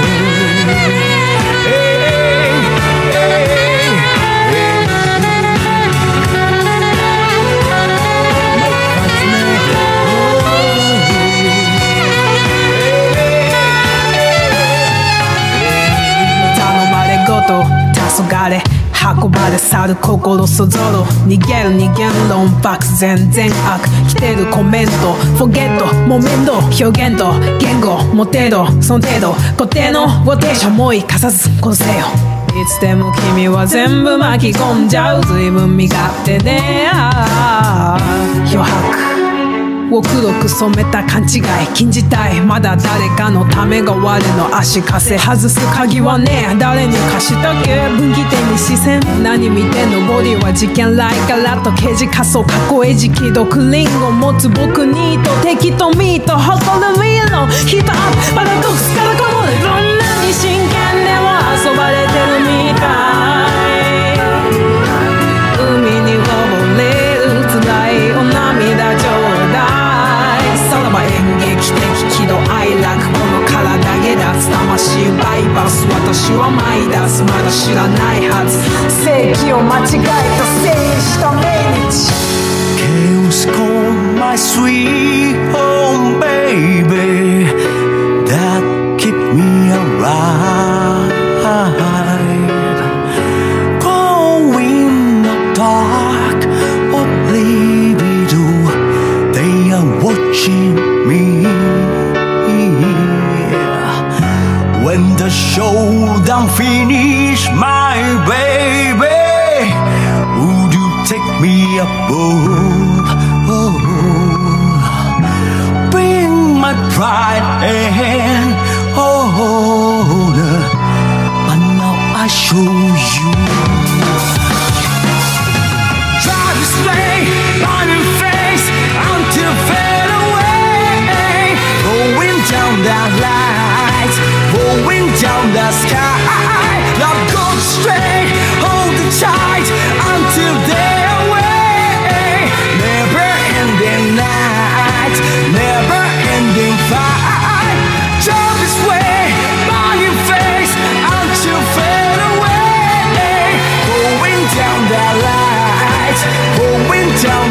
Dynamite 運ばれ去る心そぞろ逃げる逃げる論爆全然悪来てるコメントフォゲットモメント表現と言語モテ度その程度固定のローテーションもいかさず殺せよいつでも君は全部巻き込んじゃう随分身勝手であー余白を黒く染めた勘違い禁じたいまだ誰かのためが我の足かせ外す鍵はね誰に貸したっけ分岐点に視線何見てんのゴリは事件来からと刑事仮想過去餌食既読リンゴ持つ僕にと敵とミート誇るミーのヒートアップバラコクスからこぼれどんなに真剣でも遊ばれてるみたい海に溺れるつらいお涙ちょうだいさらば演劇的喜怒哀楽この体下脱魂バイパス私はマイダスまだ知らないはず世紀を間違えた整理した命日 Chaos call my sweet home, baby. That keep me alive. Going dark, what they do? They are watching me. When the showdown finish, my baby, would you take me oh, above? oh. Bring my pride and honor, and now I show you. Try to stay on your face until fade away. Going down the light, going down the sky. Love goes straight, hold it tight until they away. Never ending night, never ending fight. Jump this way, by your face until fade away. Going down the light, going down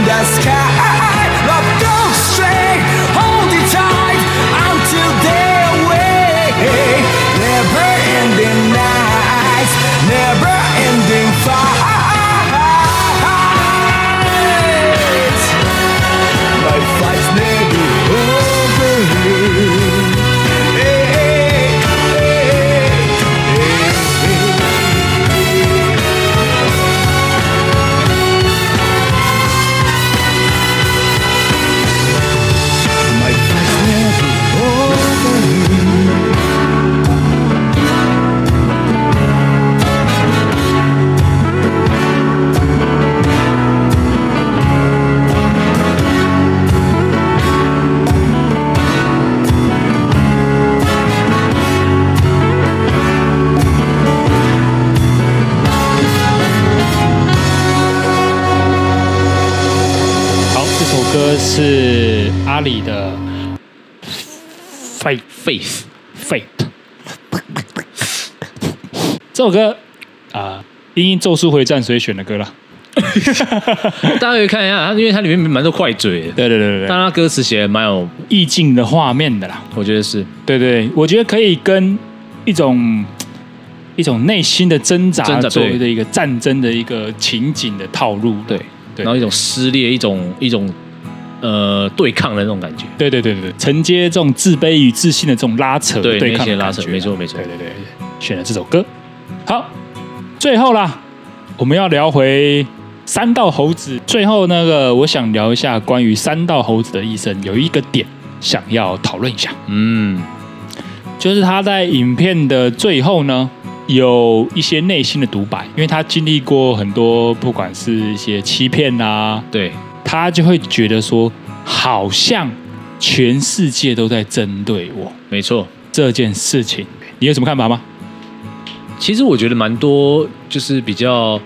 是阿里的 Fate Faith Fate。这首歌啊，因因《咒术回战》所以选的歌啦。大家可以看一下，它因为它里面蛮多快嘴的，对对对对但对，它歌词写的蛮有，意境的画面的啦。我觉得是对对，我觉得可以跟一种一种内心的挣扎挣扎作为对的一个战争的一个情景的套路。对，对然后一种撕裂，一种一种呃对抗的那种感觉。对对对对，对承接这种自卑与自信的这种拉扯对对抗内的心的拉扯感觉没错没错对对对，对选了这首歌。好，最后啦，我们要聊回三道猴子。最后那个，我想聊一下关于三道猴子的一生，有一个点想要讨论一下。嗯，就是他在影片的最后呢，有一些内心的独白，因为他经历过很多，不管是一些欺骗啊，对，他就会觉得说，好像全世界都在针对我没错。这件事情，你有什么看法吗？其实我觉得蛮多就是比较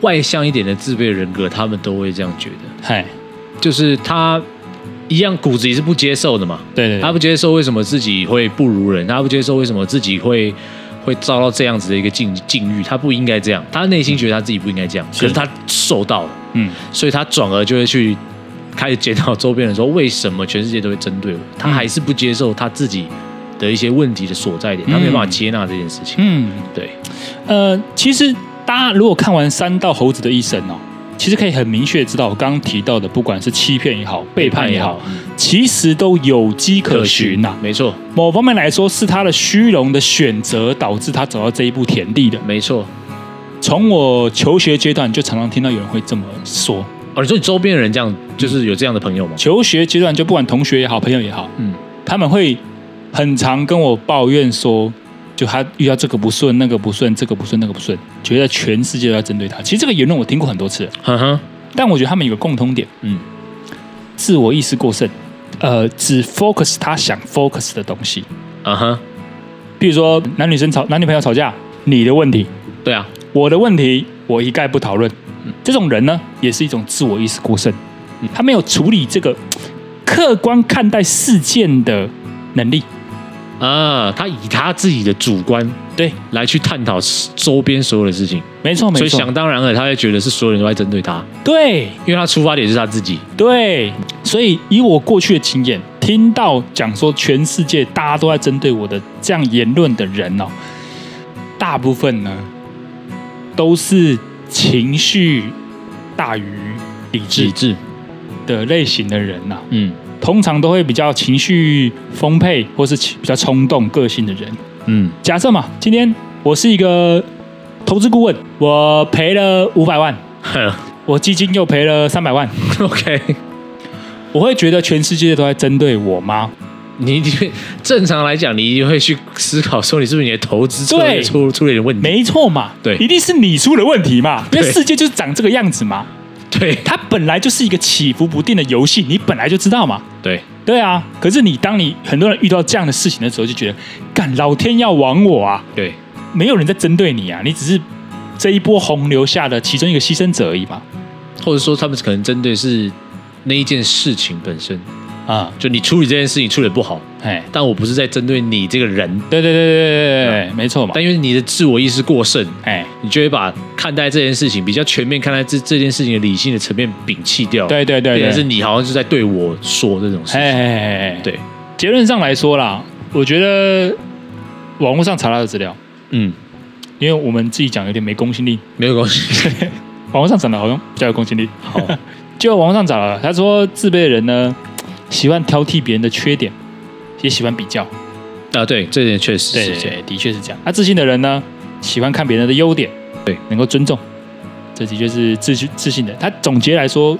外向一点的自卑人格，他们都会这样觉得，嗨，就是他一样骨子里是不接受的嘛，对对他对，不接受为什么自己会不如人，他不接受为什么自己会会遭到这样子的一个境境遇，他不应该这样，他内心觉得他自己不应该这样，可是他受到了，嗯，所以他转而就会去开始检讨周边人，说为什么全世界都会针对我，他还是不接受他自己的一些问题的所在点，他没有办法接纳这件事情，嗯，对，呃，其实大家如果看完《三道猴子的一生》哦，其实可以很明确地知道，我刚刚提到的，不管是欺骗也好，背叛也好，其实都有迹嗯可循呐、没错，某方面来说，是他的虚荣的选择导致他走到这一步田地的。没错。从我求学阶段就常常听到有人会这么说，哦，你说你周边的人这样，就是有这样的朋友吗？求学阶段就不管同学也好，朋友也好，嗯，他们会很常跟我抱怨说，就他遇到这个不顺、那个不顺、这个不顺、那个不顺，觉得全世界都在针对他。其实这个言论我听过很多次了，哼嗯哼，但我觉得他们有个共通点，嗯，自我意识过剩，呃，只 focus 他想 focus 的东西，啊哈，比如说男女生吵、男女朋友吵架，你的问题，对啊，我的问题我一概不讨论。这种人呢，也是一种自我意识过剩，他没有处理这个嘖客观看待事件的能力。啊，他以他自己的主观对，来去探讨周边所有的事情，没错，所没以错想，当然了，他会觉得是所有人都在针对他，对因为他出发点是他自己。对。所以以我过去的经验，听到讲说全世界大家都在针对我的这样言论的人哦，大部分呢都是情绪大于理智理智，的类型的人呐、啊嗯通常都会比较情绪丰沛或是情比较冲动个性的人。嗯， 假设嘛，今天我是一个投资顾问，我赔了五百万，哼我基金又赔了三百万， ，OK，我会觉得全世界都在针对我吗？你一定正常来讲，你一定会去思考说，你是不是你的投资策略对出出了点问题？没错嘛，对一定是你出了问题嘛，因对为世界就是长这个样子嘛，对它本来就是一个起伏不定的游戏，你本来就知道嘛。对，对啊，可是你当你很多人遇到这样的事情的时候，就觉得，干老天要亡我啊！对，没有人在针对你啊，你只是这一波洪流下的其中一个牺牲者而已嘛。或者说他们可能针对是那一件事情本身，啊，就你处理这件事情处理得不好，哎，但我不是在针对你这个人，对对对对对对，没错嘛啊但。因为你的自我意识过剩，哎，你就会把看待这件事情比较全面看待这这件事情的理性的层面摒弃掉。对对对变对，成是你好像是在对我说这种事哎情。哎哎哎，对，结论上来说啦，我觉得网络上查到的资料，嗯，因为我们自己讲有点没公信力，没有关嗯系。网络上讲的好像比较有公信力。好， 就网络上找了，他说自卑的人呢，喜欢挑剔别人的缺点，也喜欢比较。 啊，对，这点确实对是对这样。对，的确是这样。他自信的人呢，喜欢看别人的优点，对，能够尊重，这的确是自信自信的。他总结来说，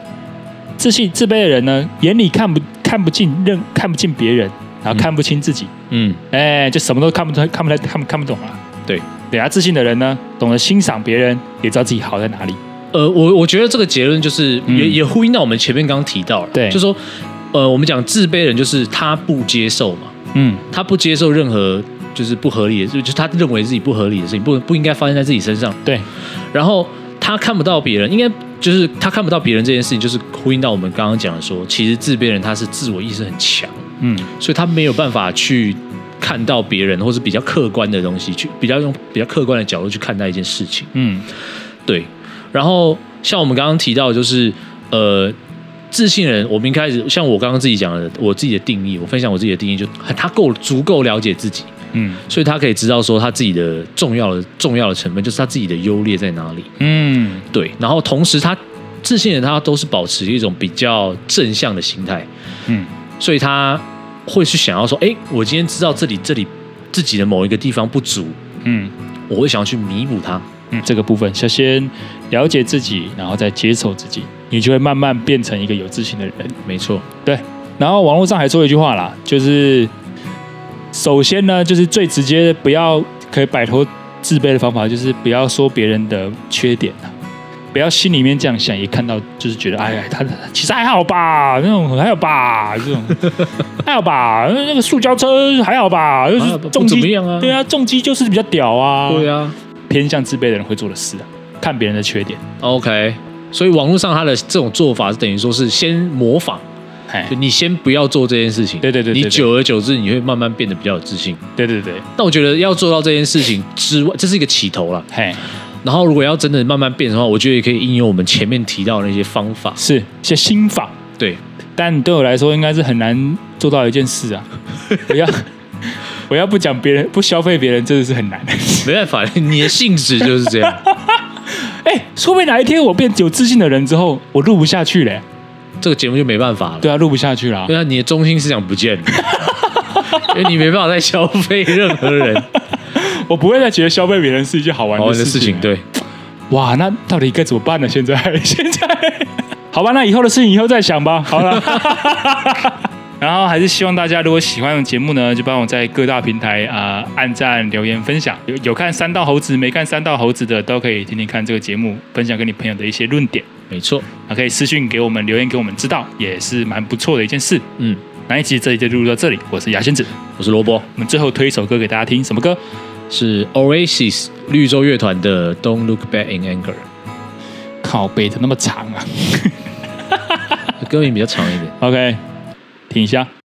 自信自卑的人呢，眼里看不看不进任看不进别人，然后看不清自己，嗯，哎、就什么都看不出看不太看不看不懂啊。对，对啊，自信的人呢，懂得欣赏别人，也知道自己好在哪里。呃，我我觉得这个结论就是嗯也也呼应到我们前面刚刚提到了，对就说呃，我们讲自卑人就是他不接受嘛，嗯，他不接受任何就是不合理的，就就他认为自己不合理的事情，不不应该发生在自己身上。对，然后他看不到别人，应该就是他看不到别人这件事情，就是呼应到我们刚刚讲的说，其实自卑人他是自我意识很强，嗯，所以他没有办法去看到别人，或是比较客观的东西，去比较用比较客观的角度去看待一件事情。嗯，对，然后像我们刚刚提到，就是呃，自信人，我们一开始像我刚刚自己讲的，我自己的定义，我分享我自己的定义，就他够足够了解自己，嗯所以他可以知道说他自己的重要的重要的成分，就是他自己的优劣在哪里。嗯对，然后同时他自信人，他都是保持一种比较正向的心态，嗯所以他会去想要说，哎，我今天知道这里这里自己的某一个地方不足，嗯我会想要去弥补它。嗯，这个部分首先了解自己，然后再接受自己，你就会慢慢变成一个有自信的人。没错，对，然后网络上还说一句话啦，就是首先呢，就是最直接的，不要可以摆脱自卑的方法，就是不要说别人的缺点啊不要心里面这样想，也看到就是觉得，哎呀，他其实还好吧，那种还好吧， 这种还好吧，那个塑胶车还好吧，就还好是吧重机不怎么样啊对啊，重机就是比较屌啊，对，啊。偏向自卑的人会做的事啊，看别人的缺点， OK，所以网络上他的这种做法是等于说是先模仿，哎就，你先不要做这件事情。对对对对对你久而久之，你会慢慢变得比较有自信。对对对，但我觉得要做到这件事情之外，这是一个起头啦。嘿，然后如果要真的慢慢变的话，我觉得也可以应用我们前面提到的那些方法。是一些心法，对，但对我来说，应该是很难做到一件事 啊。我要我要不讲别人，不消费别人，真的是很难。 没办法， 你的性质就是这样，哎、说不定哪一天我变有自信的人之后，我录不下去嘞、这个节目就没办法了。对啊，录不下去啦。对啊，你的中心思想不 见了，因为你没办法再消费任何 人。我不会再觉得消费别人是一件好玩好哦的玩的事事情情，。对，哇，那到底该怎么办呢？现在 现在，好吧，那以后的事情以后再想吧。好了。 然后还是希望大家，如果喜欢我的节目呢，就帮我在各大平台啊、呃按赞、留言、分享。有有看三道猴子，没看三道猴子的，都可以听听看这个节目，分享给你朋友的一些论点，没错。啊，可以私信给我们，留言给我们知道，也是蛮不错的一件事。嗯，那一集这里就录到这里，我是牙仙子，我是萝卜。我们最后推一首歌给大家听，什么歌？是 Oasis 绿洲乐团的《Don't Look Back in Anger 靠背的那么长啊》，歌名比较长一点。 ，OK，听一下。Oh,